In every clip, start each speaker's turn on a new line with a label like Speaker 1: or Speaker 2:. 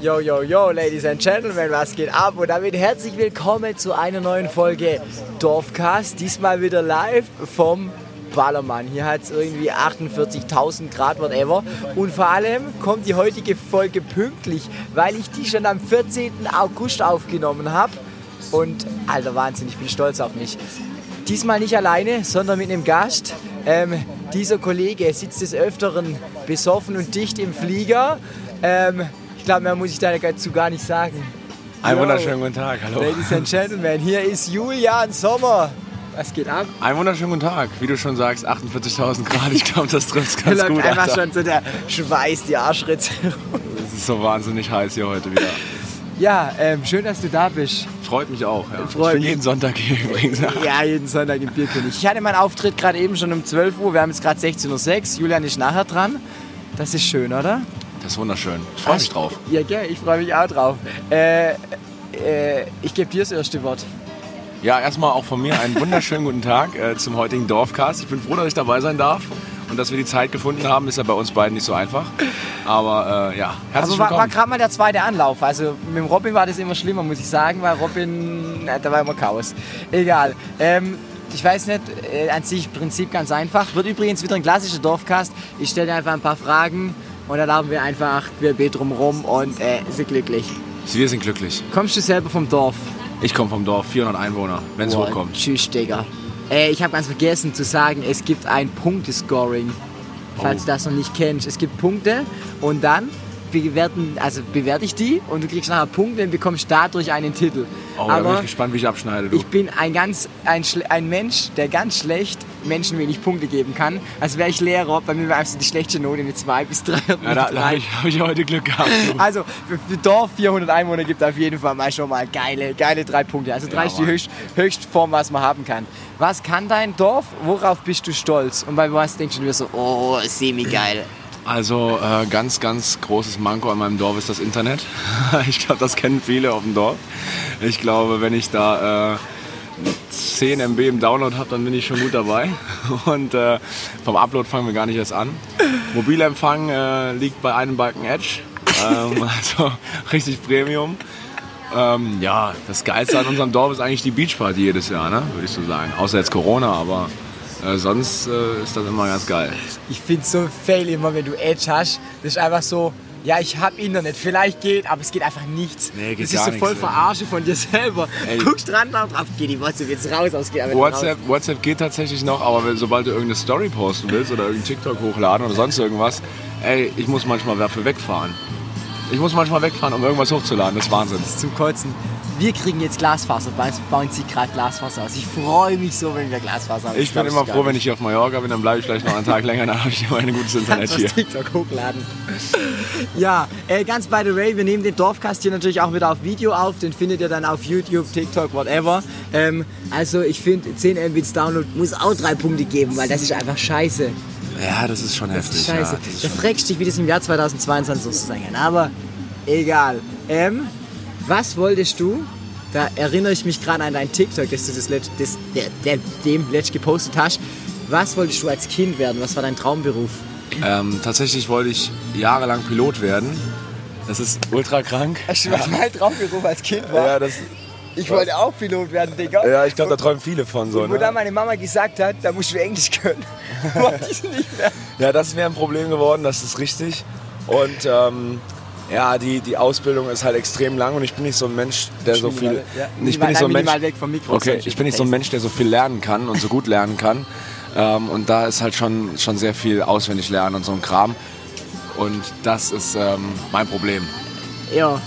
Speaker 1: Yo, yo, yo, Ladies and Gentlemen, was geht ab? Und damit herzlich willkommen zu einer neuen Folge Dorfcast. Diesmal wieder live vom Ballermann. Hier hat es irgendwie 48.000 Grad, whatever. Und vor allem kommt die heutige Folge pünktlich, weil ich die schon am 14. August aufgenommen habe. Und alter Wahnsinn, ich bin stolz auf mich. Diesmal nicht alleine, sondern mit einem Gast. Ähm, dieser Kollege sitzt des Öfteren besoffen und dicht im Flieger. Ähm, ich glaube, mehr muss ich dazu gar nicht sagen.
Speaker 2: Einen
Speaker 1: Yo,
Speaker 2: wunderschönen guten Tag, hallo.
Speaker 1: Ladies and Gentlemen, hier ist Julian Sommer. Was geht ab?
Speaker 2: Einen wunderschönen guten Tag. Wie du schon sagst, 48.000 Grad, ich glaube, das trifft
Speaker 1: Mir
Speaker 2: ganz
Speaker 1: läuft
Speaker 2: gut,
Speaker 1: einfach
Speaker 2: Alter.
Speaker 1: schon so der Schweiß, die Arschritze.
Speaker 2: Es ist so wahnsinnig heiß hier heute wieder.
Speaker 1: Ja, ähm, schön, dass du da bist.
Speaker 2: Freut mich auch, ja.
Speaker 1: Freut
Speaker 2: ich bin
Speaker 1: mich.
Speaker 2: jeden Sonntag hier übrigens.
Speaker 1: Ja, jeden Sonntag im Bierkönig. Ich hatte meinen Auftritt gerade eben schon um 12 Uhr. Wir haben jetzt gerade 16.06 Uhr. Julian ist nachher dran. Das ist schön, oder?
Speaker 2: Das ist wunderschön. Ich freue mich drauf.
Speaker 1: Ja, gell, ich freue mich auch drauf. Äh, äh, ich gebe dir das erste Wort.
Speaker 2: Ja, erstmal auch von mir einen wunderschönen guten Tag äh, zum heutigen Dorfcast. Ich bin froh, dass ich dabei sein darf. Und dass wir die Zeit gefunden haben, ist ja bei uns beiden nicht so einfach. Aber äh, ja,
Speaker 1: Aber
Speaker 2: herzlich
Speaker 1: war, war
Speaker 2: willkommen.
Speaker 1: gerade mal der zweite Anlauf. Also mit dem Robin war das immer schlimmer, muss ich sagen, weil Robin, na, da war immer Chaos. Egal. Ähm, ich weiß nicht, äh, an sich Prinzip ganz einfach. Wird übrigens wieder ein klassischer Dorfcast. Ich stelle dir einfach ein paar Fragen und dann haben wir einfach querbeet drumrum und äh, sind glücklich.
Speaker 2: Wir sind glücklich.
Speaker 1: Kommst du selber vom Dorf?
Speaker 2: Ich komme vom Dorf, 400 Einwohner, wenn es
Speaker 1: Boah,
Speaker 2: hochkommt.
Speaker 1: Tschüss, Digga. Äh, ich habe ganz vergessen zu sagen, es gibt ein Punktescoring. Falls
Speaker 2: Oh.
Speaker 1: du das noch nicht kennst. Es gibt Punkte und dann bewerten, also bewerte ich die und du kriegst nachher Punkte und bekommst dadurch einen Titel.
Speaker 2: Oh, da bin ich
Speaker 1: Aber
Speaker 2: gespannt, wie ich abschneide, du.
Speaker 1: ich bin ein ganz ein, schle- ein Mensch, der ganz schlecht Menschen wenig Punkte geben kann. Also wäre ich Lehrer, bei mir wäre einfach die schlechte Note eine 2 bis 3 oder
Speaker 2: ja, da da habe ich, hab ich heute Glück gehabt. Du.
Speaker 1: also für, für Dorf 400 Einwohner gibt auf jeden Fall mal schon mal geile, geile drei Punkte. Also drei
Speaker 2: Ja,
Speaker 1: ist die
Speaker 2: Mann.
Speaker 1: höchst, Höchstform, was man haben kann. Was kann dein Dorf? Worauf bist du stolz? Und bei was denkst du dir so, oh, semi geil.
Speaker 2: Also äh, ganz, ganz großes Manko an meinem Dorf ist das Internet. ich glaube, das kennen viele auf dem Dorf. Ich glaube, wenn ich da äh, 10 MB im Download habe, dann bin ich schon gut dabei. Und äh, vom Upload fangen wir gar nicht erst an. Mobilempfang äh, liegt bei einem Balken Edge. Ähm, also richtig Premium. Ähm, ja, das Geilste an unserem Dorf ist eigentlich die Beachparty jedes Jahr, ne? würde ich so sagen. Außer jetzt Corona, aber äh, sonst äh, ist das immer ganz geil.
Speaker 1: Ich find's so ein fail immer, wenn du Edge hast. Das ist einfach so, ja, ich hab Internet, vielleicht geht, aber es geht einfach nichts.
Speaker 2: Nee, geht
Speaker 1: das
Speaker 2: gar
Speaker 1: ist so
Speaker 2: nichts,
Speaker 1: voll
Speaker 2: ey.
Speaker 1: Verarsche von dir selber.
Speaker 2: Ey.
Speaker 1: Guckst dran, da drauf, geh die WhatsApp jetzt raus, aber es geht einfach nicht raus.
Speaker 2: Genau. WhatsApp, WhatsApp geht tatsächlich noch, aber wenn, sobald du irgendeine Story posten willst oder irgendeinen TikTok hochladen oder sonst irgendwas, ey, ich muss manchmal dafür wegfahren. Ich muss manchmal wegfahren, um irgendwas hochzuladen. Das ist Wahnsinn.
Speaker 1: Das ist zum Kotzen. Wir kriegen jetzt Glasfaser, bei uns bauen sie gerade Glasfaser aus. Ich freue mich so, wenn wir Glasfaser haben.
Speaker 2: Ich bin immer froh, wenn ich hier auf Mallorca bin, dann bleibe ich vielleicht noch einen Tag länger, dann habe ich immer ein gutes Internet
Speaker 1: Kannst du
Speaker 2: hier.
Speaker 1: auf TikTok hochladen. ja, äh, ganz by the way, wir nehmen den Dorfcast hier natürlich auch wieder auf Video auf. Den findet ihr dann auf YouTube, TikTok, whatever. Ähm, also ich finde, 10 Mbits Download muss auch drei Punkte geben, weil das ist einfach scheiße.
Speaker 2: Ja, das ist schon heftig.
Speaker 1: Scheiße. da fragst du dich, wie das im Jahr 2022 so zu sein kann. Aber egal. Ähm, was wolltest du? Da erinnere ich mich gerade an dein TikTok, dass du das, Let das der, der, dem letzt gepostet hast. Was wolltest du als Kind werden? Was war dein Traumberuf?
Speaker 2: Ähm, tatsächlich wollte ich jahrelang Pilot werden. Das ist ultra krank.
Speaker 1: Was mein Traumberuf als Kind
Speaker 2: Ja, das,
Speaker 1: ich wollte auch Pilot werden, Digga.
Speaker 2: ja ich glaube, da träumen viele von so.
Speaker 1: Wo
Speaker 2: ne?
Speaker 1: da meine Mama gesagt hat, da musst du Englisch können. Wollte ich nicht mehr.
Speaker 2: Ja, das wäre ein Problem geworden, das ist richtig. Und ähm, ja, die, die Ausbildung ist halt extrem lang und ich bin nicht so ein Mensch, der so viel.
Speaker 1: Ja,
Speaker 2: ich bin nicht so ein Mensch.
Speaker 1: minimal weg vom Mikro.
Speaker 2: Okay, ich bin nicht so ein Mensch, der so viel lernen kann und so gut lernen kann. Ähm, und da ist halt schon, schon sehr viel auswendig lernen und so ein Kram. Und das ist ähm, mein Problem.
Speaker 1: Ja,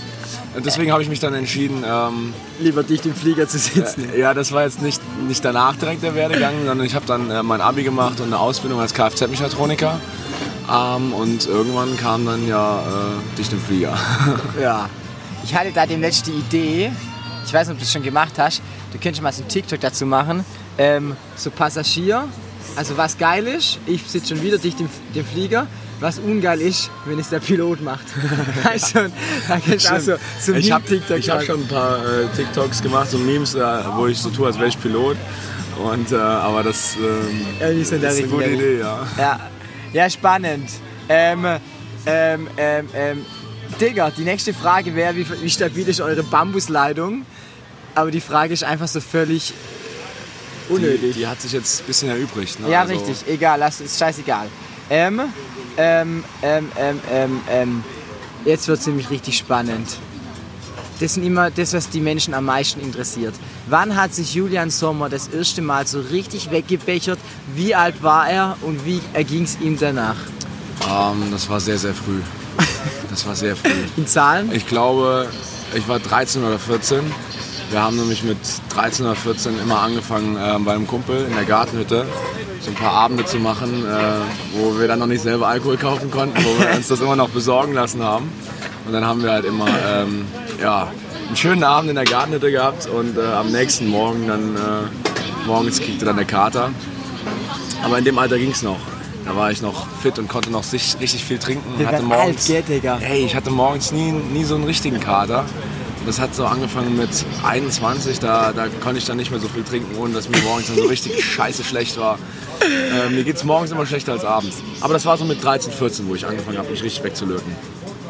Speaker 2: Und deswegen habe ich mich dann entschieden, ähm,
Speaker 1: lieber dicht im Flieger zu sitzen.
Speaker 2: Äh, ja, das war jetzt nicht, nicht danach direkt der Werdegang, sondern ich habe dann äh, mein Abi gemacht und eine Ausbildung als Kfz-Mechatroniker. Ähm, und irgendwann kam dann ja äh, dicht im Flieger.
Speaker 1: Ja. Ich hatte da die letzte Idee. Ich weiß nicht, ob du das schon gemacht hast. Du könntest mal so einen TikTok dazu machen. Ähm, so Passagier. Also was geil ist, ich sitze schon wieder dicht im, dem Flieger. Was ungeil ist, wenn es der Pilot macht. Weißt du, da kannst du auch so, so
Speaker 2: ich habe
Speaker 1: Meme-TikTok
Speaker 2: hab
Speaker 1: machen.
Speaker 2: schon ein paar äh, TikToks gemacht, so Memes, äh, wo ich so tue, als wäre ich Pilot. Und, äh, aber das ähm,
Speaker 1: Irgendwie
Speaker 2: ist
Speaker 1: so in der
Speaker 2: eine
Speaker 1: Richtung,
Speaker 2: gute
Speaker 1: ja.
Speaker 2: Idee, ja.
Speaker 1: Ja, ja spannend. Ähm, ähm, ähm, ähm, Digga, die nächste Frage wäre, wie, wie stabil ist eure Bambusleitung? Aber die Frage ist einfach so völlig
Speaker 2: Die,
Speaker 1: unnötig.
Speaker 2: die hat sich jetzt ein bisschen erübrigt. Ne?
Speaker 1: ja,
Speaker 2: Also,
Speaker 1: richtig. Egal, das ist scheißegal. Ähm, ähm, ähm, ähm, ähm, ähm. Jetzt wird es nämlich richtig spannend. Das sind immer das, was die Menschen am meisten interessiert. Wann hat sich Julian Sommer das erste Mal so richtig weggebechert? Wie alt war er und wie erging es ihm danach?
Speaker 2: Ähm, das war sehr, sehr früh. Das war sehr früh.
Speaker 1: In Zahlen?
Speaker 2: Ich glaube, ich war 13 oder 14. Wir haben nämlich mit 13 oder 14 immer angefangen, äh, bei einem Kumpel in der Gartenhütte so ein paar Abende zu machen, äh, wo wir dann noch nicht selber Alkohol kaufen konnten, wo wir uns das immer noch besorgen lassen haben. Und dann haben wir halt immer ähm, ja, einen schönen Abend in der Gartenhütte gehabt und äh, am nächsten Morgen dann, äh, morgens kickte dann der Kater. Aber in dem Alter ging es noch. Da war ich noch fit und konnte noch sich, richtig viel trinken.
Speaker 1: Wir
Speaker 2: hatte
Speaker 1: werden alt,
Speaker 2: morgens,
Speaker 1: gell, Digga?
Speaker 2: Ey, ich hatte morgens nie, nie so einen richtigen Kater. Das hat so angefangen mit 21, da, da konnte ich dann nicht mehr so viel trinken, ohne dass mir morgens dann so richtig scheiße schlecht war. Ähm, mir geht's morgens immer schlechter als abends. Aber das war so mit 13, 14, wo ich angefangen habe, mich richtig wegzulöten.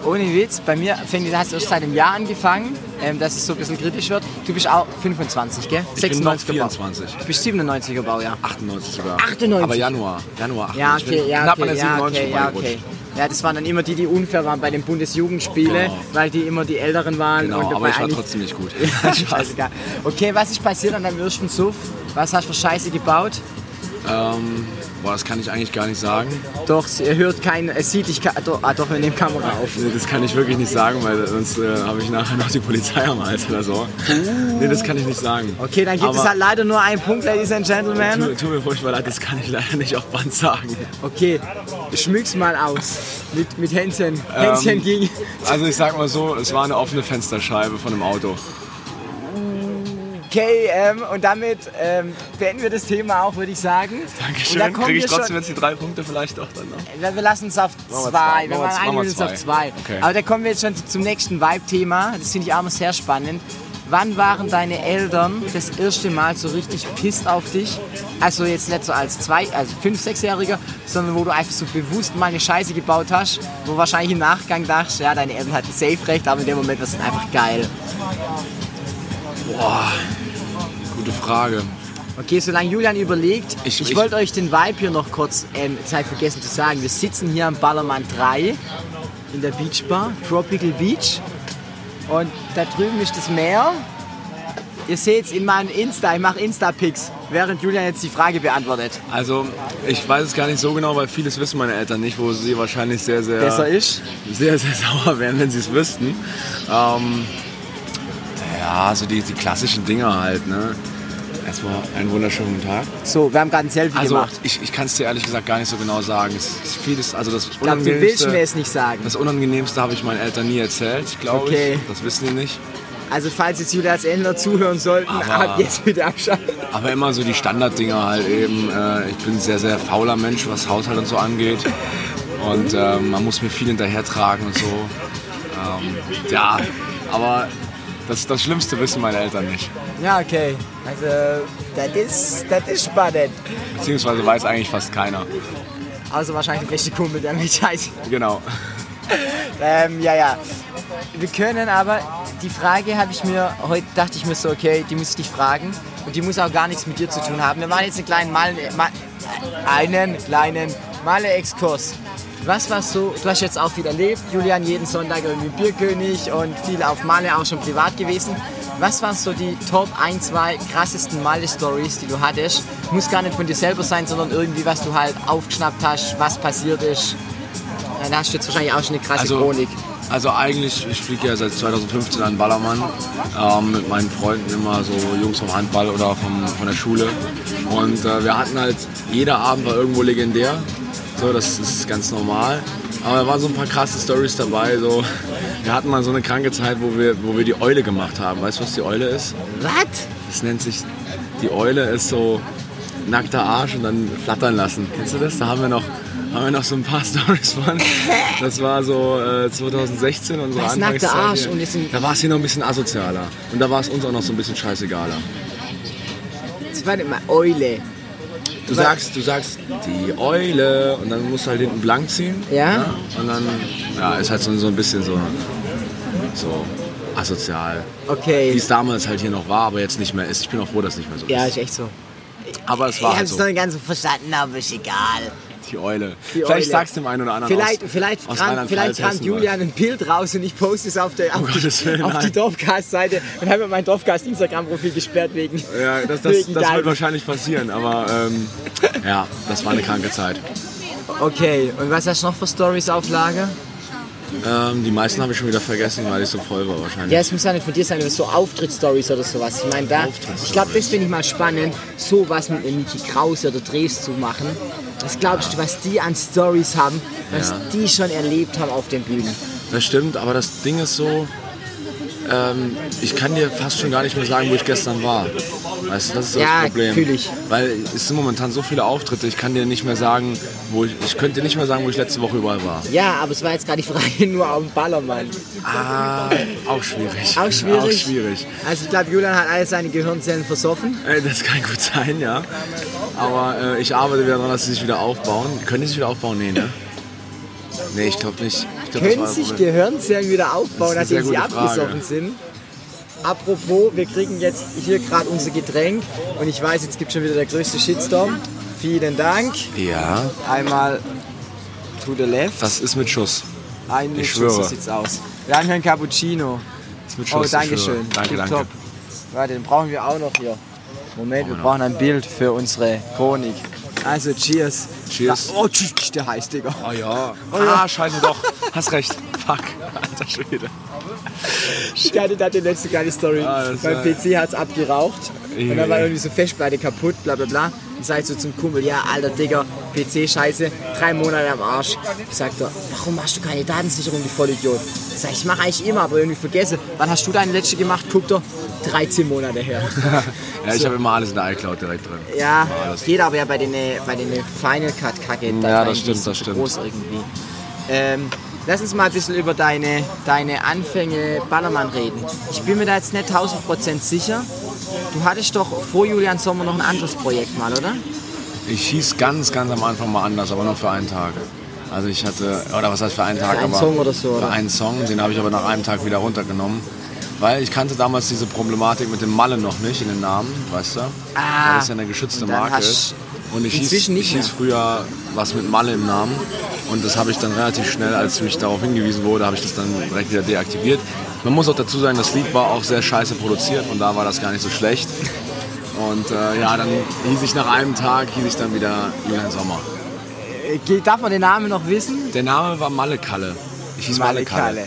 Speaker 1: Ohne Witz, bei mir, finde ich, hast du erst seit einem Jahr angefangen, ähm, dass es so ein bisschen kritisch wird. Du bist auch 25, gell?
Speaker 2: Ich bin noch
Speaker 1: 96er Bau.
Speaker 2: 24,
Speaker 1: Du bist 97er Baujahr.
Speaker 2: 98 sogar.
Speaker 1: 98?
Speaker 2: Aber Januar, Januar 98.
Speaker 1: Ja,
Speaker 2: Ich bin
Speaker 1: okay, ja,
Speaker 2: knapp an
Speaker 1: okay,
Speaker 2: der
Speaker 1: ja,
Speaker 2: 97
Speaker 1: okay, ja, okay.
Speaker 2: vorbeigerutscht.
Speaker 1: Ja, das waren dann immer die, die unfair waren bei den Bundesjugendspielen,
Speaker 2: Genau.
Speaker 1: weil die immer die Älteren waren.
Speaker 2: Genau,
Speaker 1: und
Speaker 2: aber ich war
Speaker 1: eigentlich-
Speaker 2: trotzdem nicht gut.
Speaker 1: Scheißegal. Okay, was ist passiert an deinem ersten Suff? Was hast du für Scheiße gebaut?
Speaker 2: Ähm, boah, das kann ich eigentlich gar nicht sagen.
Speaker 1: Doch, sie- er hört keinen, es sieht dich, ka- doch, ah, doch, wir nehmen Kamera auf.
Speaker 2: Nee, das kann ich wirklich nicht sagen, weil sonst äh, habe ich nachher noch die Polizei am Hals oder so. Nee, das kann ich nicht sagen.
Speaker 1: Okay, dann gibt
Speaker 2: Aber
Speaker 1: es halt leider nur einen Punkt, Ladies and Gentlemen.
Speaker 2: Tu, tu mir furchtbar leid, das kann ich leider nicht auf Band sagen.
Speaker 1: Okay, schmück's mal aus. Mit, mit Händchen.
Speaker 2: Ähm.
Speaker 1: Händchen gegen.
Speaker 2: Also ich sag mal so, es war eine offene Fensterscheibe von einem Auto.
Speaker 1: Okay, ähm, und damit ähm, beenden wir das Thema auch, würde ich sagen. Und da
Speaker 2: Dankeschön.
Speaker 1: kommen
Speaker 2: Kriege ich
Speaker 1: wir schon-
Speaker 2: trotzdem jetzt die drei Punkte vielleicht auch dann noch?
Speaker 1: Wir wir lassen es auf
Speaker 2: Machen wir
Speaker 1: zwei. Wir
Speaker 2: zwei. Machen wir
Speaker 1: machen
Speaker 2: z-
Speaker 1: einigen
Speaker 2: machen
Speaker 1: uns
Speaker 2: wir
Speaker 1: auf zwei.
Speaker 2: zwei. Okay.
Speaker 1: Aber da kommen wir jetzt schon zum nächsten Vibe-Thema. Das finde ich auch mal sehr spannend. Wann waren deine Eltern das erste Mal so richtig pisst auf dich? Also jetzt nicht so als zwei, also fünf, sechsjähriger, sondern wo du einfach so bewusst mal eine Scheiße gebaut hast, wo wahrscheinlich im Nachgang dachtest, ja, deine Eltern hatten safe recht, aber in dem Moment war es dann einfach geil.
Speaker 2: Gute Frage.
Speaker 1: Okay, solange Julian überlegt, ich,
Speaker 2: Ich- ich-
Speaker 1: wollte euch den Vibe hier noch kurz, ähm, jetzt habe ich vergessen zu sagen, wir sitzen hier am Ballermann 3 in der Beachbar, Tropical Beach. Und da drüben ist das Meer. Ihr seht's in meinem Insta, ich mache Insta-Pics, während Julian jetzt die Frage beantwortet.
Speaker 2: Also ich weiß es gar nicht so genau, weil vieles wissen meine Eltern nicht, wo sie wahrscheinlich sehr, sehr...
Speaker 1: Besser ist.
Speaker 2: sehr, sehr sauer wären, wenn sie es wüssten. Ähm, ja, so die, die klassischen Dinger halt. Ne? Erstmal einen wunderschönen Tag.
Speaker 1: So, wir haben gerade ein Selfie
Speaker 2: Also
Speaker 1: gemacht.
Speaker 2: ich, ich kann es dir ehrlich gesagt gar nicht so genau sagen. Es ist vieles, also das
Speaker 1: Ich glaube, du willst mir
Speaker 2: Unangenehmste,
Speaker 1: es nicht sagen.
Speaker 2: das Unangenehmste habe ich meinen Eltern nie erzählt, glaube
Speaker 1: Okay.
Speaker 2: ich. Das wissen die nicht.
Speaker 1: Also falls jetzt Julians Eltern zuhören sollten,
Speaker 2: Aber-
Speaker 1: ab jetzt bitte abschalten.
Speaker 2: Aber immer so die Standarddinger halt eben. Äh, ich bin ein sehr, sehr fauler Mensch, was Haushalt und so angeht. Und ähm, man muss mir viel hinterhertragen und so. Ähm, ja, aber das, das Schlimmste wissen meine Eltern nicht.
Speaker 1: Ja, okay. Also, das ist, das ist spannend.
Speaker 2: Beziehungsweise weiß eigentlich fast keiner.
Speaker 1: Außer Also wahrscheinlich der beste Kumpel, der mich heißt.
Speaker 2: Genau.
Speaker 1: Ähm, ja, ja. Wir können aber, die Frage habe ich mir, heute dachte ich mir so, okay, die muss ich dich fragen und die muss auch gar nichts mit dir zu tun haben. Wir machen jetzt einen kleinen, Mal, Ma, einen kleinen Malle-Exkurs. Was war so, du hast jetzt auch viel erlebt, Julian jeden Sonntag irgendwie Bierkönig und viel auf Malle auch schon privat gewesen. Was waren so die Top 1, 2 krassesten Malle-Stories, die du hattest? Muss gar nicht von dir selber sein, sondern irgendwie, was du halt aufgeschnappt hast, was passiert ist. Ja, Da hast du jetzt wahrscheinlich auch schon eine krasse Chronik.
Speaker 2: Also eigentlich, ich fliege ja seit 2015 an Ballermann ähm, mit meinen Freunden immer so Jungs vom Handball oder vom, von der Schule. Und äh, wir hatten halt, jeder Abend war irgendwo legendär. So, das ist ganz normal. Aber da waren so ein paar krasse Stories dabei. So. Wir hatten mal so eine kranke Zeit, wo wir, wo wir die Eule gemacht haben. Weißt du, was die Eule ist?
Speaker 1: Was?
Speaker 2: Das nennt sich, die Eule ist so nackter Arsch und dann flattern lassen. Kennst du das? Da haben wir noch, haben wir noch so ein paar Stories von. Das war so äh, 2016 unsere
Speaker 1: Was, nackter
Speaker 2: Anfangszeit
Speaker 1: Arsch
Speaker 2: hier.
Speaker 1: und jetzt ein-
Speaker 2: Da war es hier noch ein bisschen asozialer. Und da war es uns auch noch so ein bisschen scheißegaler.
Speaker 1: Das war nicht mal Eule.
Speaker 2: Du sagst, du sagst die Eule und dann musst du halt hinten blank ziehen.
Speaker 1: Ja.
Speaker 2: Und dann ja, ist halt so, so ein bisschen so, so asozial. Wie
Speaker 1: Okay.
Speaker 2: es damals halt hier noch war, aber jetzt nicht mehr ist. Ich bin auch froh, dass es nicht mehr so
Speaker 1: Ja,
Speaker 2: ist.
Speaker 1: ist echt so.
Speaker 2: aber es
Speaker 1: ich
Speaker 2: war halt
Speaker 1: hab's
Speaker 2: so.
Speaker 1: noch nicht ganz so verstanden, aber ist egal.
Speaker 2: Die Eule.
Speaker 1: Die
Speaker 2: vielleicht
Speaker 1: Eule.
Speaker 2: sagst du dem einen oder anderen
Speaker 1: Vielleicht,
Speaker 2: aus,
Speaker 1: vielleicht,
Speaker 2: aus
Speaker 1: krank,
Speaker 2: Rheinland-Pfalz,
Speaker 1: vielleicht krank
Speaker 2: Hessen ne?
Speaker 1: Julian ein Bild raus und ich poste es auf, der, auf,
Speaker 2: Um Gottes
Speaker 1: die,
Speaker 2: Willen,
Speaker 1: auf die
Speaker 2: nein.
Speaker 1: Dorfcast-Seite und habe mein Dorfcast-Instagram-Profil gesperrt wegen.
Speaker 2: was. Ja, das, das,
Speaker 1: wegen
Speaker 2: das
Speaker 1: deinem.
Speaker 2: wird wahrscheinlich passieren, aber ähm, ja, das war eine kranke Zeit.
Speaker 1: Okay, und was hast du noch für Stories auf Lager?
Speaker 2: Ähm, die meisten habe ich schon wieder vergessen, weil ich so voll war wahrscheinlich.
Speaker 1: Ja, es muss ja nicht von dir sein, das ist so Auftrittsstories oder sowas. Ich meine, da,
Speaker 2: Auftrittsstories.
Speaker 1: ich glaube, das finde ich mal spannend, sowas mit einem Niki Kraus oder Dreves zu machen. Was glaubst du, was die an Stories haben, was die schon erlebt haben auf den Bühnen?
Speaker 2: Das stimmt, aber das Ding ist so, ähm, ich kann dir fast schon gar nicht mehr sagen, wo ich gestern war. Weißt du, das ist
Speaker 1: Ja,
Speaker 2: das Problem.
Speaker 1: fühl ich.
Speaker 2: Weil es sind momentan so viele Auftritte, ich kann dir nicht mehr sagen, wo ich, ich könnte dir nicht mehr sagen, wo ich letzte Woche überall war.
Speaker 1: Ja, aber es war jetzt gerade die Frage nur auf dem Ballermann.
Speaker 2: Ah, auch schwierig.
Speaker 1: Auch schwierig.
Speaker 2: Auch schwierig.
Speaker 1: Also ich glaube, Julian hat alle seine Gehirnzellen versoffen.
Speaker 2: Äh, Das kann gut sein, ja. Aber äh, ich arbeite wieder daran, dass sie sich wieder aufbauen. Können die sich wieder aufbauen? Nee, ne? Nee, ich glaube nicht. Ich glaub, das
Speaker 1: Können
Speaker 2: war das
Speaker 1: sich
Speaker 2: Problem.
Speaker 1: Gehirnzellen wieder aufbauen,
Speaker 2: Das ist eine
Speaker 1: nachdem sie
Speaker 2: sehr gute Frage.
Speaker 1: abgesoffen sind? Apropos, wir kriegen jetzt hier gerade unser Getränk und ich weiß, jetzt gibt schon wieder der größte Shitstorm. Vielen Dank.
Speaker 2: Ja,
Speaker 1: Einmal to the left,
Speaker 2: das ist mit Schuss.
Speaker 1: ein
Speaker 2: ich
Speaker 1: Schuss, so
Speaker 2: schwöre.
Speaker 1: sieht's aus. Wir haben hier einen Cappuccino.
Speaker 2: Das ist mit
Speaker 1: Oh,
Speaker 2: Schuss. ich
Speaker 1: danke
Speaker 2: schwöre.
Speaker 1: schön.
Speaker 2: Danke,
Speaker 1: Tipptopp.
Speaker 2: danke.
Speaker 1: Warte, den brauchen wir auch noch hier. Moment, wir
Speaker 2: wir noch.
Speaker 1: brauchen ein Bild für unsere Chronik. Also, cheers.
Speaker 2: Cheers.
Speaker 1: Oh, tsch, der heißt, Digga.
Speaker 2: Oh ja.
Speaker 1: ja.
Speaker 2: Ah, scheiße doch. Hast recht. Fuck. Alter Schwede.
Speaker 1: Ich hatte da die letzte geile Story.
Speaker 2: Ah, das
Speaker 1: Beim
Speaker 2: war-
Speaker 1: PC hat es abgeraucht. Und dann
Speaker 2: Ehe.
Speaker 1: war irgendwie so Festplatte kaputt, bla bla bla. Dann sag ich so zum Kumpel, ja, alter Digga, PC scheiße, drei Monate am Arsch. Sagt er, warum hast du keine Datensicherung, du Vollidiot? Sag ich, ich mach eigentlich immer, aber irgendwie vergesse. Wann hast du deine letzte gemacht? Guckt er, 13 Monate her.
Speaker 2: Ja, ich habe immer alles in der iCloud direkt drin.
Speaker 1: ja, geht aber ja bei den, äh, bei den Final Cut Kacke.
Speaker 2: Ja, das
Speaker 1: die sind
Speaker 2: stimmt, das
Speaker 1: so
Speaker 2: stimmt.
Speaker 1: Groß irgendwie. Ähm, lass uns mal ein bisschen über deine, deine Anfänge Ballermann reden. Ich bin mir da jetzt nicht 1000% sicher. Du hattest doch vor Julian Sommer noch ein anderes Projekt mal, oder?
Speaker 2: Ich hieß ganz, ganz am Anfang mal anders, aber nur für einen Tag. Also ich hatte, oder was heißt für einen Tag?
Speaker 1: einen
Speaker 2: aber
Speaker 1: Song oder so,
Speaker 2: Für
Speaker 1: oder?
Speaker 2: einen Song, den habe ich aber nach einem Tag wieder runtergenommen. Weil ich kannte damals diese Problematik mit dem Malle noch nicht in den Namen, weißt du?
Speaker 1: Ah.
Speaker 2: Weil das ja eine geschützte
Speaker 1: Und dann
Speaker 2: Marke
Speaker 1: hast-
Speaker 2: ist. Und ich hieß,
Speaker 1: inzwischen nicht
Speaker 2: ich hieß
Speaker 1: mehr.
Speaker 2: früher was mit Malle im Namen. Und das habe ich dann relativ schnell, als mich darauf hingewiesen wurde, habe ich das dann direkt wieder deaktiviert. Man muss auch dazu sagen, das Lied war auch sehr scheiße produziert, von da war das gar nicht so schlecht. Und äh, ja, dann hieß ich nach einem Tag, hieß ich dann wieder Julian Sommer.
Speaker 1: Äh, geht- Darf man den Namen noch wissen?
Speaker 2: Der Name war Mallekalle. Ich hieß
Speaker 1: Mallekalle.
Speaker 2: Mallekalle.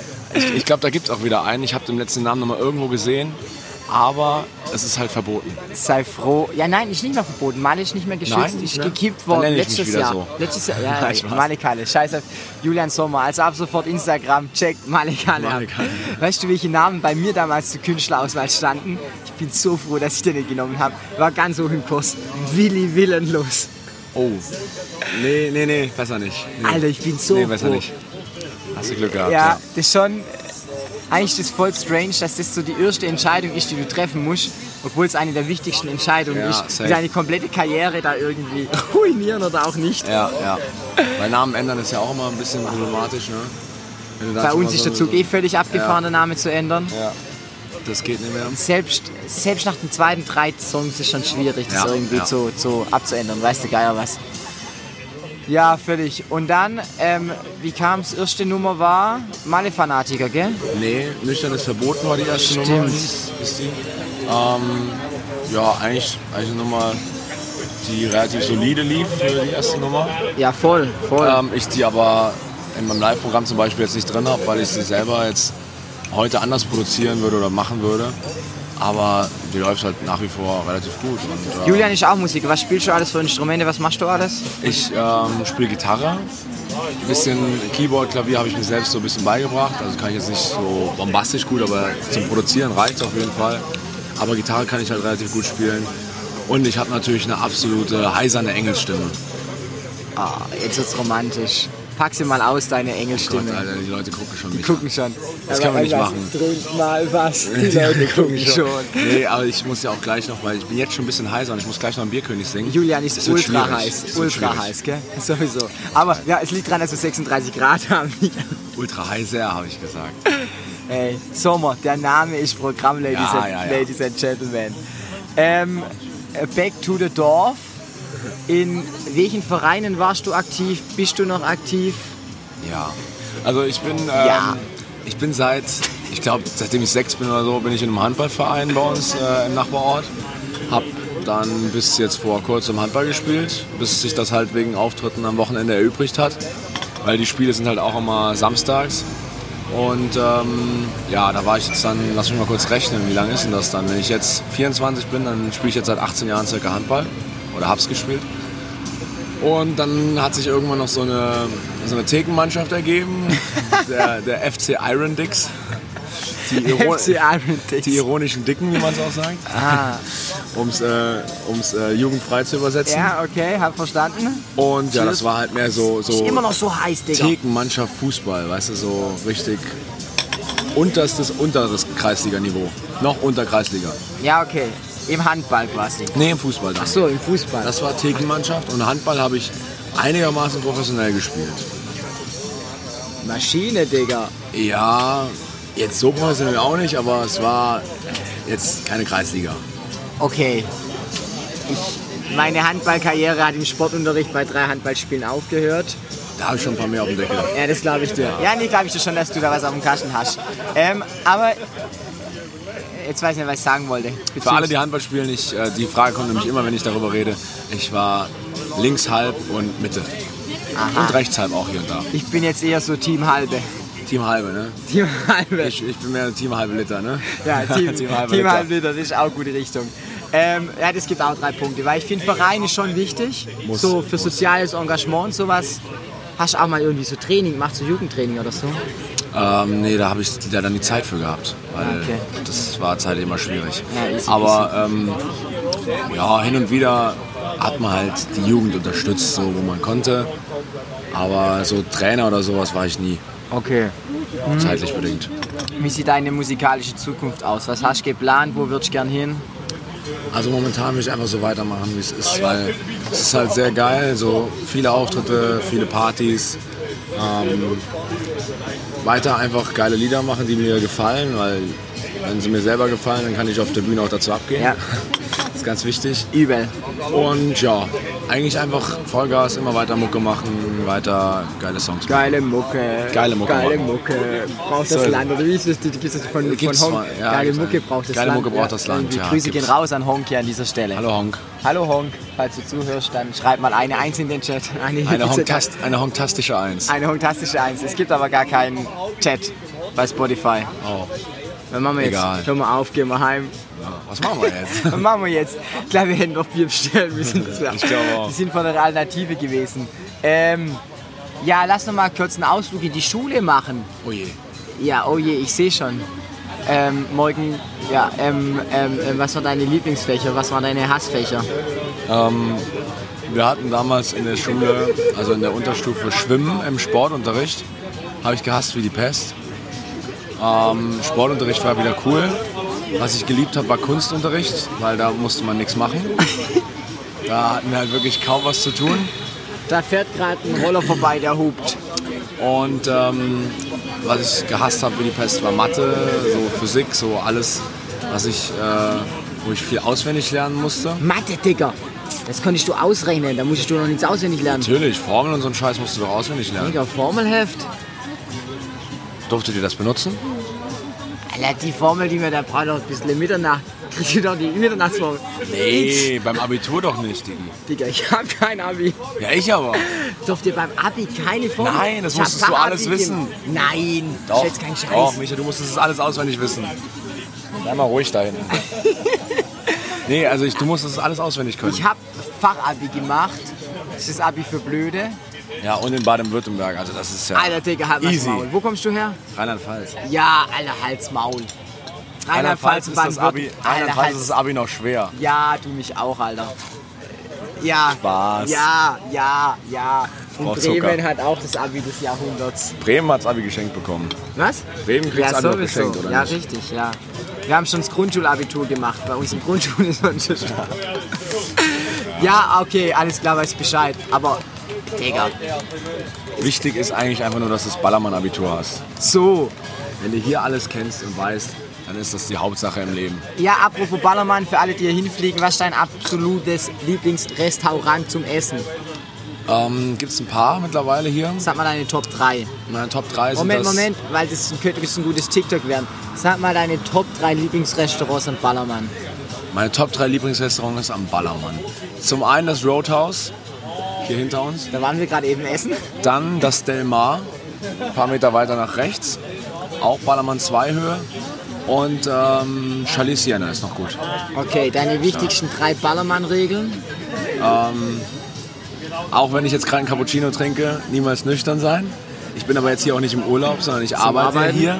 Speaker 2: Ich, ich glaube, da gibt es auch wieder einen. Ich habe den letzten Namen nochmal irgendwo gesehen, aber es ist halt verboten.
Speaker 1: Sei froh. Ja, nein, ist nicht mehr verboten. Male ist nicht mehr geschützt.
Speaker 2: Nein,
Speaker 1: ist
Speaker 2: ne?
Speaker 1: gekippt
Speaker 2: Dann
Speaker 1: worden
Speaker 2: nenne ich mich
Speaker 1: letztes
Speaker 2: wieder
Speaker 1: Jahr.
Speaker 2: so.
Speaker 1: Letztes Jahr, ja,
Speaker 2: Nein, Spaß.
Speaker 1: Male Kalle. Scheiß auf Julian Sommer. Also ab sofort Instagram, checkt Male Kalle ab.
Speaker 2: Male Kalle.
Speaker 1: Weißt du, welche Namen bei mir damals zur Künstlerauswahl standen? Ich bin so froh, dass ich den nicht genommen habe. War ganz hoch im Kurs. Willi Willenlos.
Speaker 2: Oh. Nee, nee, nee, besser nicht. Nee.
Speaker 1: Alter, ich bin so
Speaker 2: Nee,
Speaker 1: froh.
Speaker 2: besser nicht. Hast du Glück gehabt.
Speaker 1: Ja,
Speaker 2: Ja.
Speaker 1: das ist schon äh, eigentlich das voll strange, dass das so die erste Entscheidung ist, die du treffen musst, obwohl es eine der wichtigsten Entscheidungen
Speaker 2: Ja,
Speaker 1: ist, die
Speaker 2: safe.
Speaker 1: deine komplette Karriere da irgendwie ruinieren oder auch nicht.
Speaker 2: Ja, ja. Weil Namen ändern ist ja auch immer ein bisschen problematisch, ne? Wenn du da
Speaker 1: Bei
Speaker 2: schon
Speaker 1: uns
Speaker 2: mal
Speaker 1: ist
Speaker 2: so-
Speaker 1: der Zug eh völlig abgefahren, den Namen zu ändern.
Speaker 2: Ja. Das geht nicht mehr.
Speaker 1: Selbst, selbst nach den zweiten drei Songs ist schon schwierig, das
Speaker 2: Ja,
Speaker 1: irgendwie
Speaker 2: ja.
Speaker 1: Zu, zu abzuändern. Weißt du, geiler was. Ja, völlig. Und dann, ähm, wie kam's? Erste Nummer war Malefanatiker, gell?
Speaker 2: Nee, nüchtern ist verboten war die erste
Speaker 1: Stimmt.
Speaker 2: Nummer. Ist, ist die. Ähm, ja, eigentlich, eigentlich eine Nummer, die relativ solide lief für die erste Nummer.
Speaker 1: Ja, voll, voll.
Speaker 2: Ähm, ich die aber in meinem Live-Programm zum Beispiel jetzt nicht drin habe, weil ich sie selber jetzt heute anders produzieren würde oder machen würde. Aber die läuft halt nach wie vor relativ gut. Und, äh,
Speaker 1: Julian ist auch Musiker. Was spielst du alles für Instrumente? Was machst du alles?
Speaker 2: Ich ähm, spiele Gitarre. Ein bisschen Keyboard, Klavier habe ich mir selbst so ein bisschen beigebracht. Also kann ich jetzt nicht so bombastisch gut, aber zum Produzieren reicht es auf jeden Fall. Aber Gitarre kann ich halt relativ gut spielen. Und ich habe natürlich eine absolute heiserne Engelsstimme.
Speaker 1: Ah, jetzt wird's romantisch. Pack sie mal aus, deine Engelstimme.
Speaker 2: Oh Gott, Alter, die Leute gucken schon
Speaker 1: Die
Speaker 2: mich.
Speaker 1: gucken schon.
Speaker 2: Das kann man nicht
Speaker 1: irgendwas
Speaker 2: machen.
Speaker 1: Trink mal was. Die Leute gucken schon.
Speaker 2: Nee, aber ich muss ja auch gleich noch, weil ich bin jetzt schon ein bisschen heißer und ich muss gleich noch einen Bierkönig singen.
Speaker 1: Julian ist
Speaker 2: Das wird
Speaker 1: ultra heiß.
Speaker 2: schwierig. Das wird
Speaker 1: Ultra
Speaker 2: schwierig.
Speaker 1: heiß, gell? Sowieso. Aber ja, es liegt daran, dass wir 36 Grad haben.
Speaker 2: Ultra heißer, habe ich gesagt.
Speaker 1: Ey, Sommer, der Name ist Programm, Ladies,
Speaker 2: Ja,
Speaker 1: and,
Speaker 2: ja, ja.
Speaker 1: Ladies and Gentlemen. Ähm, back to the Dorf. In welchen Vereinen warst du aktiv? Bist du noch aktiv?
Speaker 2: Ja. Also ich bin, ähm,
Speaker 1: Ja.
Speaker 2: ich bin seit, ich glaube, seitdem ich sechs bin oder so, bin ich in einem Handballverein bei uns äh, im Nachbarort. Hab dann bis jetzt vor kurzem Handball gespielt, bis sich das halt wegen Auftritten am Wochenende erübrigt hat. Weil die Spiele sind halt auch immer samstags. Und ähm, ja, da war ich jetzt dann, lass mich mal kurz rechnen, wie lange ist denn das dann? Wenn ich jetzt 24 bin, dann spiele ich jetzt seit 18 Jahren circa Handball oder hab's gespielt. Und dann hat sich irgendwann noch so eine, so eine Thekenmannschaft ergeben, der, der FC Iron Dicks. Die, Iro
Speaker 1: FC Iron Dicks.
Speaker 2: die ironischen Dicken, wie man es auch sagt,
Speaker 1: Ah,
Speaker 2: um es äh, um's, äh, jugendfrei zu übersetzen.
Speaker 1: ja, okay, hab verstanden.
Speaker 2: Und ja, das war halt mehr so,
Speaker 1: Ist
Speaker 2: so
Speaker 1: immer noch so heiß, Digga.
Speaker 2: Thekenmannschaft Fußball, weißt du, so richtig unterstes, unteres Kreisliganiveau. Noch unter Kreisliga.
Speaker 1: Ja, okay. Im Handball quasi.
Speaker 2: Nee, im Fußball.
Speaker 1: Ach so, im Fußball.
Speaker 2: Das war Thekenmannschaft und Handball habe ich einigermaßen professionell gespielt.
Speaker 1: Maschine, Digga.
Speaker 2: Ja, jetzt so professionell auch nicht, aber es war jetzt keine Kreisliga.
Speaker 1: Okay. Ich, meine Handballkarriere hat im Sportunterricht bei drei Handballspielen aufgehört.
Speaker 2: Da habe ich schon ein paar mehr auf dem Deckel.
Speaker 1: Ja, das glaube ich dir. Ja, nee, glaube ich dir schon, dass du da was auf dem Kasten hast. Ähm, aber jetzt weiß ich nicht, was ich sagen wollte.
Speaker 2: Für alle, die Handball spielen, ich, äh, die Frage kommt nämlich immer, wenn ich darüber rede. Ich war links halb und Mitte. Und rechts halb auch hier und da.
Speaker 1: ich bin jetzt eher so Team Halbe.
Speaker 2: Team halbe, ne?
Speaker 1: Team Halbe.
Speaker 2: Ich, ich bin mehr Team halbe Liter, ne?
Speaker 1: Ja, Team,
Speaker 2: Team
Speaker 1: Team
Speaker 2: halbe
Speaker 1: Halbe,
Speaker 2: Liter.
Speaker 1: das ist auch gute Richtung. Ähm, ja, das gibt auch drei Punkte, weil ich finde, Verein ist schon wichtig.
Speaker 2: Muss,
Speaker 1: so für
Speaker 2: muss.
Speaker 1: soziales Engagement und sowas. Hast du auch mal irgendwie so Training, machst du Jugendtraining oder so?
Speaker 2: Ähm, nee, da habe ich leider nie Zeit für gehabt, weil
Speaker 1: Ah, Okay.
Speaker 2: das war Zeit immer schwierig.
Speaker 1: Ja, easy,
Speaker 2: Aber ähm, ja, hin und wieder hat man halt die Jugend unterstützt, so wo man konnte. Aber so Trainer oder sowas war ich nie,
Speaker 1: Okay. Mhm.
Speaker 2: zeitlich bedingt.
Speaker 1: Wie sieht deine musikalische Zukunft aus? Was hast du geplant? Wo würdest du gern hin?
Speaker 2: Also momentan will ich einfach so weitermachen, wie es ist, weil es ist halt sehr geil. So viele Auftritte, viele Partys. Ähm, weiter einfach geile Lieder machen, die mir gefallen, weil wenn sie mir selber gefallen, dann kann ich auf der Bühne auch dazu abgehen.
Speaker 1: Ja.
Speaker 2: Das ist ganz wichtig.
Speaker 1: Übel.
Speaker 2: Und ja, eigentlich einfach Vollgas, immer weiter Mucke machen, weiter geile Songs machen.
Speaker 1: Geile Mucke.
Speaker 2: Geile Mucke,
Speaker 1: Geile
Speaker 2: Mann.
Speaker 1: Mucke. Braucht
Speaker 2: So.
Speaker 1: das Land. Oder wie ist das? Die gibt es von, von
Speaker 2: Gibt's
Speaker 1: Honk.
Speaker 2: zwar, ja,
Speaker 1: Geile
Speaker 2: gibt's
Speaker 1: Mucke
Speaker 2: eine.
Speaker 1: braucht das
Speaker 2: Geile
Speaker 1: Land.
Speaker 2: Mucke braucht das Land,
Speaker 1: Irgendwie
Speaker 2: ja,
Speaker 1: Grüße gehen
Speaker 2: gibt's.
Speaker 1: raus an Honk hier an dieser Stelle.
Speaker 2: Hallo Honk.
Speaker 1: Hallo Honk. Falls du zuhörst, dann schreib mal eine Eins in den Chat. Eine,
Speaker 2: Eine, Honkast eine honktastische Eins.
Speaker 1: Eine Honktastische Eins. Es gibt aber gar keinen Chat bei Spotify.
Speaker 2: Oh,
Speaker 1: Dann machen wir jetzt.
Speaker 2: Egal.
Speaker 1: Hör mal auf, gehen wir heim.
Speaker 2: was machen wir jetzt?
Speaker 1: Was machen wir jetzt? Klar, wir hätten noch Bier bestellen müssen. Das wär-
Speaker 2: Ich glaube auch.
Speaker 1: Die sind von der Alternative gewesen. Ähm, ja, lass noch mal kurz einen Ausflug in die Schule machen.
Speaker 2: Oh je.
Speaker 1: Ja, oh je, ich sehe schon. Ähm, morgen, ja, ähm, ähm, ähm, was waren deine Lieblingsfächer, was waren deine Hassfächer?
Speaker 2: Wir hatten damals in der Schule, also in der Unterstufe, Schwimmen im Sportunterricht. Habe ich gehasst wie die Pest. Ähm, Sportunterricht war wieder cool. Was ich geliebt habe, war Kunstunterricht, weil da musste man nichts machen. Da hatten wir halt wirklich kaum was zu tun.
Speaker 1: Da fährt gerade ein Roller vorbei, der hupt.
Speaker 2: Und ähm, was ich gehasst habe wie die Pest war Mathe, so Physik, so alles, was ich, äh, wo ich viel auswendig lernen musste.
Speaker 1: Mathe, Digga, das konntest du ausrechnen, da musstest du noch nichts auswendig lernen.
Speaker 2: Natürlich, Formeln und so einen Scheiß musst du doch auswendig lernen.
Speaker 1: Digga, Formelheft?
Speaker 2: Durftet ihr das benutzen?
Speaker 1: Alter, die Formel, die wir da brauchen, noch ein bisschen Mitternacht. Kriegst du doch die Mitternachtsformel? Nix.
Speaker 2: Nee, beim Abitur doch nicht, Digi.
Speaker 1: Digga, ich hab kein Abi.
Speaker 2: Ja, ich aber.
Speaker 1: Durfte ihr beim Abi keine Formel?
Speaker 2: Nein, das
Speaker 1: Ich hab
Speaker 2: musstest du
Speaker 1: kein
Speaker 2: alles
Speaker 1: Abi
Speaker 2: wissen.
Speaker 1: gemacht. Nein,
Speaker 2: Doch,
Speaker 1: ist jetzt kein Scheiß.
Speaker 2: doch, Micha, du musstest das alles auswendig wissen. Sei mal ruhig da hinten. Nee, also ich, du musstest das alles auswendig können.
Speaker 1: Ich habe Fachabi gemacht. Das ist Abi für Blöde.
Speaker 2: Ja, und in Baden-Württemberg, also das ist ja
Speaker 1: Alter, Digga, halt was
Speaker 2: easy.
Speaker 1: Maul. Wo kommst du her?
Speaker 2: Rheinland-Pfalz.
Speaker 1: Ja, Alter, halt's Maul. Rheinland-Pfalz und
Speaker 2: ist das Abi,
Speaker 1: Baden-Württemberg. Alter,
Speaker 2: Rheinland-Pfalz ist
Speaker 1: halt's
Speaker 2: das Abi noch schwer.
Speaker 1: Ja, du mich auch, Alter. Ja.
Speaker 2: Spaß.
Speaker 1: Ja, ja, ja. Und
Speaker 2: braucht
Speaker 1: Bremen
Speaker 2: Zucker.
Speaker 1: hat auch das Abi des Jahrhunderts.
Speaker 2: Bremen hat's Abi geschenkt bekommen.
Speaker 1: Was?
Speaker 2: Bremen kriegt's Abi noch geschenkt, oder
Speaker 1: Ja,
Speaker 2: nicht?
Speaker 1: richtig, ja. Wir haben schon das Grundschulabitur gemacht. Bei uns im Grundschul ist man schon stark. Ja, okay, alles klar, weiß Bescheid. Aber, Digga,
Speaker 2: Wichtig ist eigentlich einfach nur, dass du das Ballermann-Abitur hast.
Speaker 1: so.
Speaker 2: Wenn du hier alles kennst und weißt, dann ist das die Hauptsache im Leben.
Speaker 1: Ja, apropos Ballermann, für alle, die hier hinfliegen, was ist dein absolutes Lieblingsrestaurant zum Essen?
Speaker 2: Ähm, Gibt es ein paar mittlerweile hier?
Speaker 1: Sag mal deine Top 3.
Speaker 2: Meine Top 3 sind
Speaker 1: Moment,
Speaker 2: das...
Speaker 1: Moment, weil das könnte ein gutes TikTok werden. Sag mal deine Top 3 Lieblingsrestaurants am Ballermann.
Speaker 2: Meine Top 3 Lieblingsrestaurants am Ballermann. Zum einen das Roadhouse, hier hinter uns.
Speaker 1: Da waren wir gerade eben essen.
Speaker 2: Dann das Del Mar, ein paar Meter weiter nach rechts. Auch Ballermann 2 Höhe. Und ähm, Charlie Siena ist noch gut.
Speaker 1: Okay, deine wichtigsten drei Ballermann-Regeln.
Speaker 2: Auch wenn ich jetzt gerade einen Cappuccino trinke, niemals nüchtern sein. Ich bin aber jetzt hier auch nicht im Urlaub, sondern ich arbeite
Speaker 1: Arbeiten.
Speaker 2: hier.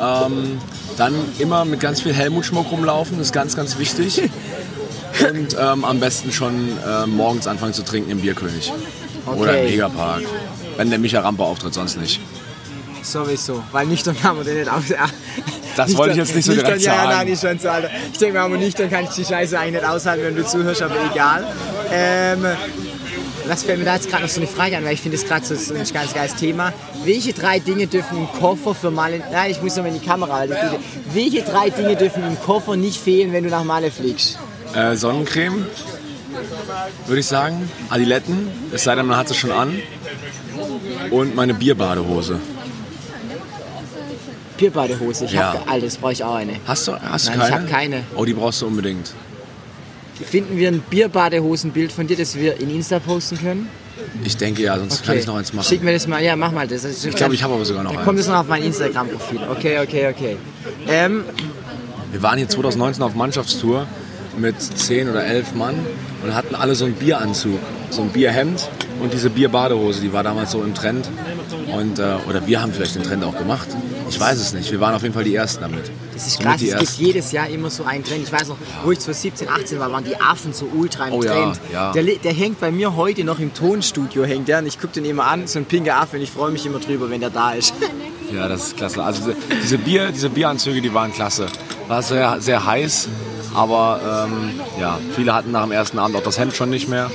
Speaker 2: Ähm, dann immer mit ganz viel Helmut-Schmuck rumlaufen, ist ganz, ganz wichtig. Und ähm, am besten schon äh, morgens anfangen zu trinken im Bierkönig. Oder im
Speaker 1: Okay.
Speaker 2: Megapark. Wenn der Micha Rampe auftritt, sonst nicht.
Speaker 1: Sowieso, weil nüchtern kann man den nicht aus.
Speaker 2: Das wollte ich jetzt nicht so
Speaker 1: nüchtern,
Speaker 2: direkt
Speaker 1: ja,
Speaker 2: sagen.
Speaker 1: Ja, nein, ist schon so, Alter. Ich denke mal, aber nüchtern kann ich die Scheiße eigentlich nicht aushalten, wenn du zuhörst, aber egal. Ähm, was fällt mir da jetzt gerade noch so eine Frage an, weil ich finde das gerade so so ein ganz geiles Thema. Welche drei Dinge dürfen im Koffer für Male... Nein, ich muss nochmal in die Kamera. Alter, bitte. Welche drei Dinge dürfen im Koffer nicht fehlen, wenn du nach Male fliegst?
Speaker 2: Äh, Sonnencreme, würde ich sagen. Adiletten, es sei denn, man hat sie schon an. Und meine Bierbadehose.
Speaker 1: Bierbadehose. Ich
Speaker 2: Ja.
Speaker 1: hab habe... Alter, das brauche ich auch eine.
Speaker 2: Hast du, hast du
Speaker 1: Nein, ich
Speaker 2: keine?
Speaker 1: hab keine.
Speaker 2: Oh, die brauchst du unbedingt.
Speaker 1: Finden wir ein Bierbadehosenbild von dir, das wir in Insta posten können?
Speaker 2: Ich denke ja, sonst kann ich noch eins
Speaker 1: Schick
Speaker 2: machen.
Speaker 1: mir das mal, ja, mach mal das.
Speaker 2: Ich glaube, ich habe aber sogar noch
Speaker 1: Dann kommt
Speaker 2: eins.
Speaker 1: es noch auf mein Instagram-Profil. Okay, okay, okay. Ähm,
Speaker 2: Wir waren hier 2019 auf Mannschaftstour mit 10 oder 11 Mann und hatten alle so einen Bieranzug, so ein Bierhemd und diese Bierbadehose, die war damals so im Trend. Und, äh, oder wir haben vielleicht den Trend auch gemacht. Ich weiß es nicht. Wir waren auf jeden Fall die Ersten damit.
Speaker 1: das ist
Speaker 2: Somit
Speaker 1: krass,
Speaker 2: die
Speaker 1: es gibt
Speaker 2: Ersten.
Speaker 1: jedes Jahr immer so einen Trend. Ich weiß noch, wo ich 2017, 18 war, waren die Affen so ultra im
Speaker 2: Oh ja,
Speaker 1: Trend.
Speaker 2: ja.
Speaker 1: Der, li- der hängt bei mir heute noch im Tonstudio, hängt der. Und ich gucke den immer an, so ein pinker Affe. Und ich freue mich immer drüber, wenn der da ist.
Speaker 2: Ja, das ist klasse. Also diese- diese, Bier, diese Bieranzüge, die waren klasse. War sehr, sehr heiß, aber ähm, ja, viele hatten nach dem ersten Abend auch das Hemd schon nicht mehr.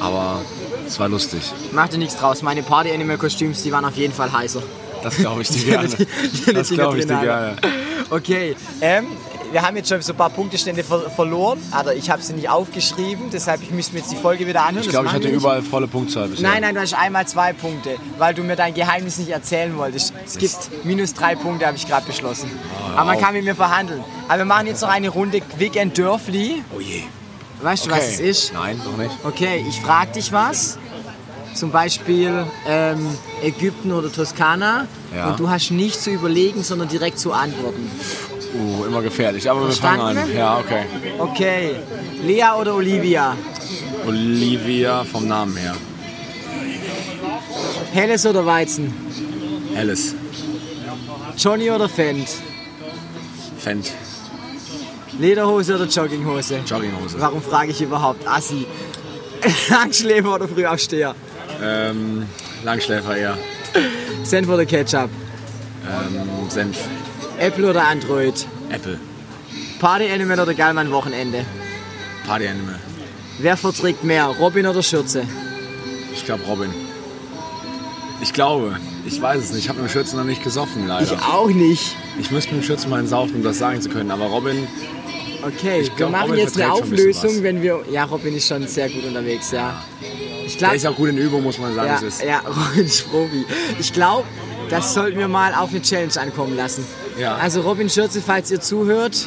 Speaker 2: Aber es war lustig.
Speaker 1: Mach dir nichts draus. Meine Party-Animal-Kostüms, die waren auf jeden Fall heißer.
Speaker 2: Das glaube ich dir gerne.
Speaker 1: Die- die-
Speaker 2: Das
Speaker 1: die-
Speaker 2: glaube ich dir
Speaker 1: Adrenalin.
Speaker 2: gerne.
Speaker 1: Okay, ähm, wir haben jetzt schon so ein paar Punktestände ver verloren, aber ich habe sie nicht aufgeschrieben, deshalb ich müsste mir jetzt die Folge wieder anhören.
Speaker 2: Ich glaube, ich
Speaker 1: Das machen
Speaker 2: hatte
Speaker 1: wir nicht.
Speaker 2: überall volle Punktzahl bisher.
Speaker 1: Nein, nein, du hast einmal zwei Punkte, weil du mir dein Geheimnis nicht erzählen wolltest. Es gibt minus drei Punkte, habe ich gerade beschlossen. Aber man
Speaker 2: Ah, auf.
Speaker 1: kann mit mir verhandeln. Aber wir machen jetzt noch eine Runde Quick and Dörfli.
Speaker 2: Oh je.
Speaker 1: Weißt du, was es ist?
Speaker 2: Nein, noch nicht.
Speaker 1: Okay, ich frage dich was. Zum Beispiel ähm, Ägypten oder Toskana.
Speaker 2: Ja.
Speaker 1: Und du hast nicht zu überlegen, sondern direkt zu antworten.
Speaker 2: Uh, immer gefährlich. Aber wir fangen
Speaker 1: Verstanden?
Speaker 2: an. Ja, okay.
Speaker 1: Okay, Lea oder Olivia?
Speaker 2: Olivia vom Namen her.
Speaker 1: Helles oder Weizen?
Speaker 2: Alice.
Speaker 1: Johnny oder Fendt?
Speaker 2: Fendt.
Speaker 1: Lederhose oder Jogginghose?
Speaker 2: Jogginghose.
Speaker 1: Warum frage ich überhaupt? Assi. Langschläfer oder Frühaufsteher?
Speaker 2: Ähm, Langschläfer eher.
Speaker 1: Senf oder Ketchup?
Speaker 2: Ähm, Senf.
Speaker 1: Apple oder Android?
Speaker 2: Apple.
Speaker 1: Party Animal oder Geilmann Wochenende?
Speaker 2: Party Animal.
Speaker 1: Wer verträgt mehr, Robin oder Schürze?
Speaker 2: Ich glaube Robin. Ich glaube. Ich weiß es nicht. Ich habe mit dem Schürzen noch nicht gesoffen,
Speaker 1: Ich
Speaker 2: leider.
Speaker 1: auch nicht.
Speaker 2: Ich, müsste mit dem Schürzen mal einen saufen, um das sagen zu können. Aber Robin,
Speaker 1: Okay,
Speaker 2: glaub,
Speaker 1: wir machen
Speaker 2: Robin
Speaker 1: jetzt eine
Speaker 2: verträgt schon ein bisschen
Speaker 1: Auflösung,
Speaker 2: was.
Speaker 1: wenn wir. Ja, Robin ist schon sehr gut unterwegs, ja. Ich
Speaker 2: der
Speaker 1: glaube,
Speaker 2: ist ja auch gut in Übung, muss man sagen.
Speaker 1: ja,
Speaker 2: Es ist.
Speaker 1: ja, Robin ist Profi. Ich glaube, das sollten wir mal auf eine Challenge ankommen lassen.
Speaker 2: Ja.
Speaker 1: Also Robin Schürze, falls ihr zuhört,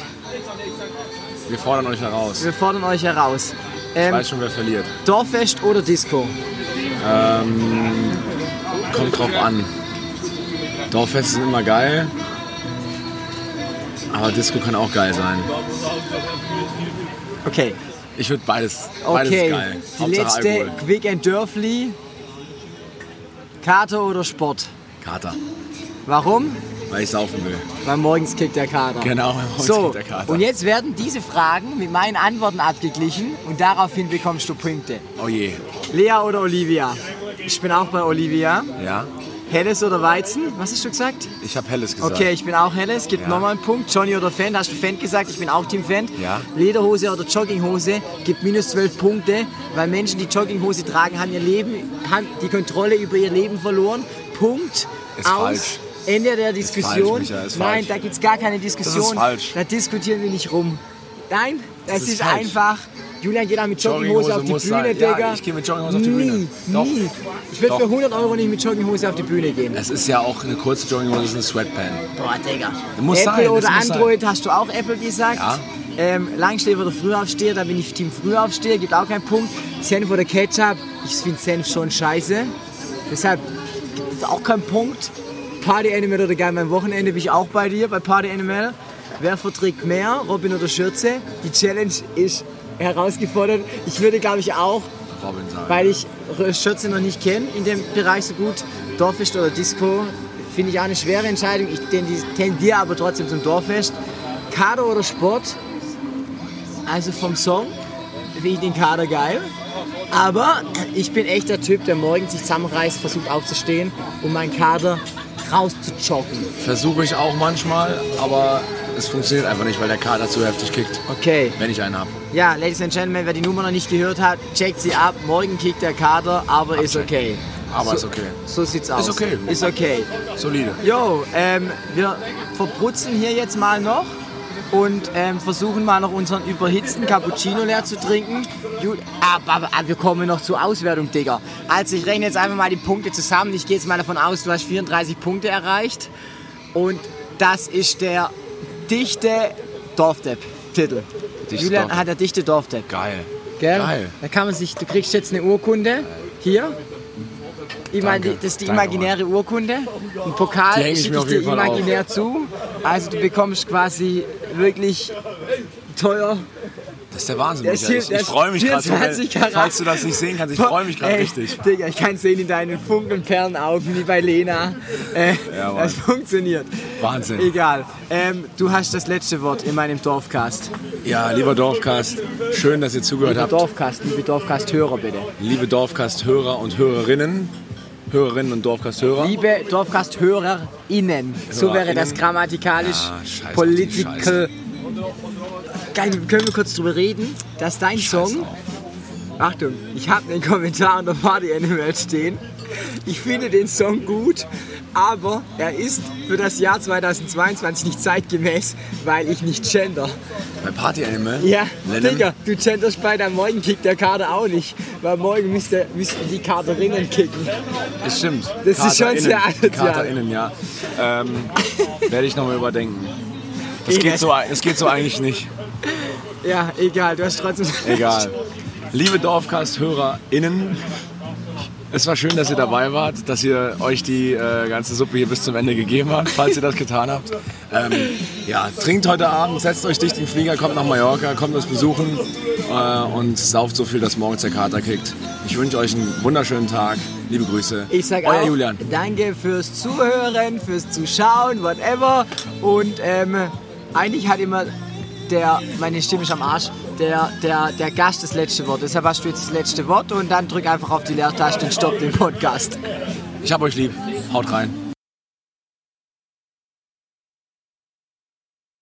Speaker 2: Wir fordern euch heraus.
Speaker 1: wir fordern euch heraus.
Speaker 2: Ich
Speaker 1: Ähm,
Speaker 2: weiß schon, wer verliert.
Speaker 1: Dorffest oder Disco?
Speaker 2: Kommt drauf an. Dorffeste sind immer geil. Aber Disco kann auch geil sein.
Speaker 1: Okay.
Speaker 2: Ich würde beides. Beides
Speaker 1: Okay.
Speaker 2: ist geil.
Speaker 1: Die
Speaker 2: Hauptsache
Speaker 1: letzte
Speaker 2: Alkohol.
Speaker 1: Quick and Dörfli. Kater oder Sport?
Speaker 2: Kater.
Speaker 1: Warum?
Speaker 2: Weil ich saufen will.
Speaker 1: Weil morgens kickt der Kater.
Speaker 2: Genau, weil morgens
Speaker 1: so,
Speaker 2: kickt der Kater.
Speaker 1: Und jetzt werden diese Fragen mit meinen Antworten abgeglichen und daraufhin bekommst du Punkte.
Speaker 2: Oh je.
Speaker 1: Lea oder Olivia? Ich bin auch bei Olivia.
Speaker 2: Ja,
Speaker 1: Helles oder Weizen? Was hast du gesagt?
Speaker 2: ich habe Helles gesagt.
Speaker 1: Okay, ich bin auch Helles. Gibt
Speaker 2: Ja.
Speaker 1: nochmal einen Punkt. Johnny oder Fan? Hast du Fan gesagt? Ich bin auch Team Fan.
Speaker 2: Ja.
Speaker 1: Lederhose oder Jogginghose gibt minus 12 Punkte, weil Menschen, die Jogginghose tragen, haben ihr Leben, haben die Kontrolle über ihr Leben verloren. Punkt.
Speaker 2: Ist
Speaker 1: Aus.
Speaker 2: falsch.
Speaker 1: Ende der Diskussion.
Speaker 2: falsch, Micha, ist
Speaker 1: Nein,
Speaker 2: falsch.
Speaker 1: da gibt es gar keine Diskussion.
Speaker 2: falsch.
Speaker 1: Da diskutieren wir nicht rum. Nein, das,
Speaker 2: ist
Speaker 1: ist,
Speaker 2: falsch.
Speaker 1: einfach. Julian geht auch mit Jogginghose,
Speaker 2: Jogginghose
Speaker 1: auf die
Speaker 2: muss
Speaker 1: Bühne,
Speaker 2: sein. Ja,
Speaker 1: Digga.
Speaker 2: ich gehe mit Jogginghose auf die Bühne.
Speaker 1: Nie,
Speaker 2: Doch.
Speaker 1: nie. Ich würde
Speaker 2: Doch.
Speaker 1: für 100 Euro nicht mit Jogginghose auf die Bühne gehen.
Speaker 2: Es ist ja auch eine kurze Jogginghose, es ist eine Sweatpant.
Speaker 1: Boah, Digga.
Speaker 2: Muss
Speaker 1: Apple
Speaker 2: sein, das
Speaker 1: oder
Speaker 2: muss
Speaker 1: Android, hast du auch Apple gesagt?
Speaker 2: Ja.
Speaker 1: Ähm, Langschläfer oder Frühaufsteher, da bin ich Team Frühaufsteher, gibt auch keinen Punkt. Senf oder Ketchup, ich finde Senf schon scheiße. Deshalb gibt es auch keinen Punkt. Party Animal oder geil, mein Wochenende bin ich auch bei dir, bei Party Animal. Wer verträgt mehr, Robin oder Schürze? Die Challenge ist herausgefordert. Ich würde, glaube ich, auch,
Speaker 2: Robin sagen.
Speaker 1: weil ich R- Schürze noch nicht kenne in dem Bereich so gut, Dorffest oder Disco, finde ich auch eine schwere Entscheidung. Ich tendi- tendiere aber trotzdem zum Dorffest. Kader oder Sport? Also vom Song finde ich den Kader geil. Aber ich bin echt der Typ, der morgens sich zusammenreißt, versucht aufzustehen, um meinen Kader rauszujoggen.
Speaker 2: Versuche ich auch manchmal, aber es funktioniert einfach nicht, weil der Kader zu heftig kickt,
Speaker 1: Okay.
Speaker 2: wenn ich einen habe.
Speaker 1: Ja, Ladies and Gentlemen, wer die Nummer noch nicht gehört hat, checkt sie ab. Morgen kickt der Kader, aber ist okay.
Speaker 2: Aber
Speaker 1: so,
Speaker 2: ist okay.
Speaker 1: So sieht's aus.
Speaker 2: okay.
Speaker 1: Ist okay.
Speaker 2: Solide.
Speaker 1: Jo, ähm, wir verputzen hier jetzt mal noch und ähm, versuchen mal noch unseren überhitzten Cappuccino leer zu trinken. Ju ah, aber, ah, wir kommen noch zur Auswertung, Digga. Also ich rechne jetzt einfach mal die Punkte zusammen. Ich gehe jetzt mal davon aus, du hast 34 Punkte erreicht. Und das ist der dichte Dorfdepp-Titel.
Speaker 2: Dichtes
Speaker 1: Julian
Speaker 2: Dorfdepp.
Speaker 1: hat der dichte Dorfdepp.
Speaker 2: Geil.
Speaker 1: Gell?
Speaker 2: Geil.
Speaker 1: Da kann man sich, du kriegst jetzt eine Urkunde. Hier. Ima,
Speaker 2: Danke.
Speaker 1: das ist die
Speaker 2: Danke,
Speaker 1: imaginäre Urkunde. Ein Pokal
Speaker 2: Die häng ich
Speaker 1: schicke
Speaker 2: mir
Speaker 1: ich
Speaker 2: auf jeden
Speaker 1: dir
Speaker 2: Fall auf.
Speaker 1: imaginär zu. Also du bekommst quasi wirklich teuer.
Speaker 2: Das ist der Wahnsinn,
Speaker 1: Das
Speaker 2: Micha. Ich,
Speaker 1: hier-
Speaker 2: ich
Speaker 1: das
Speaker 2: freue mich gerade.
Speaker 1: 24 Karat.
Speaker 2: Falls du das nicht sehen kannst, ich freue mich gerade
Speaker 1: Ey,
Speaker 2: richtig.
Speaker 1: Digga, ich kann sehen in deinen funkelnden Perlenaugen wie bei Lena. Äh,
Speaker 2: Ja, Mann.
Speaker 1: das funktioniert.
Speaker 2: Wahnsinn.
Speaker 1: Egal. Ähm, du hast das letzte Wort in meinem Dorfcast.
Speaker 2: Ja, lieber Dorfcast, schön, dass ihr zugehört
Speaker 1: Liebe
Speaker 2: habt.
Speaker 1: Dorfcast, liebe Dorfcast-Hörer bitte.
Speaker 2: Liebe Dorfcast-Hörer und Hörerinnen. Hörerinnen und Dorfcast-Hörer.
Speaker 1: Liebe Dorfgast-HörerInnen, so wäre das grammatikalisch,
Speaker 2: Ja, scheiß auf die
Speaker 1: political.
Speaker 2: Scheiße.
Speaker 1: Geil, können wir kurz drüber reden, dass dein
Speaker 2: Scheiß
Speaker 1: Song.
Speaker 2: auf.
Speaker 1: Achtung, ich habe einen Kommentar unter Party Animal stehen. Ich finde den Song gut, aber er ist für das Jahr 2022 nicht zeitgemäß, weil ich nicht gender.
Speaker 2: Bei Party Animal.
Speaker 1: Ja,
Speaker 2: Lennon.
Speaker 1: Digga, du genderst bei der Morgen kickt der Kader auch nicht, weil morgen müsste, müssten die Kaderinnen kicken.
Speaker 2: Das stimmt.
Speaker 1: Das ist schon sehr alt, ja.
Speaker 2: KaterInnen, ja. Ähm, Werde ich nochmal überdenken. Das
Speaker 1: Egal.
Speaker 2: geht, so, das geht so eigentlich nicht.
Speaker 1: Ja, egal, du hast trotzdem.
Speaker 2: Egal. Liebe Dorfcast-HörerInnen, es war schön, dass ihr dabei wart, dass ihr euch die äh, ganze Suppe hier bis zum Ende gegeben habt, falls ihr das getan habt. Ähm, ja, trinkt heute Abend, setzt euch dicht in den Flieger, kommt nach Mallorca, kommt uns besuchen äh, und sauft so viel, dass morgens der Kater kickt. Ich wünsche euch einen wunderschönen Tag. Liebe Grüße.
Speaker 1: Ich sag
Speaker 2: Euer
Speaker 1: auch,
Speaker 2: Julian.
Speaker 1: danke fürs Zuhören, fürs Zuschauen, whatever. Und ähm, eigentlich hat immer der, meine Stimme ist am Arsch, der, der, der Gast das letzte Wort. Deshalb hast du jetzt das letzte Wort und dann drück einfach auf die Leertaste und stopp den Podcast.
Speaker 2: Ich hab euch lieb. Haut rein.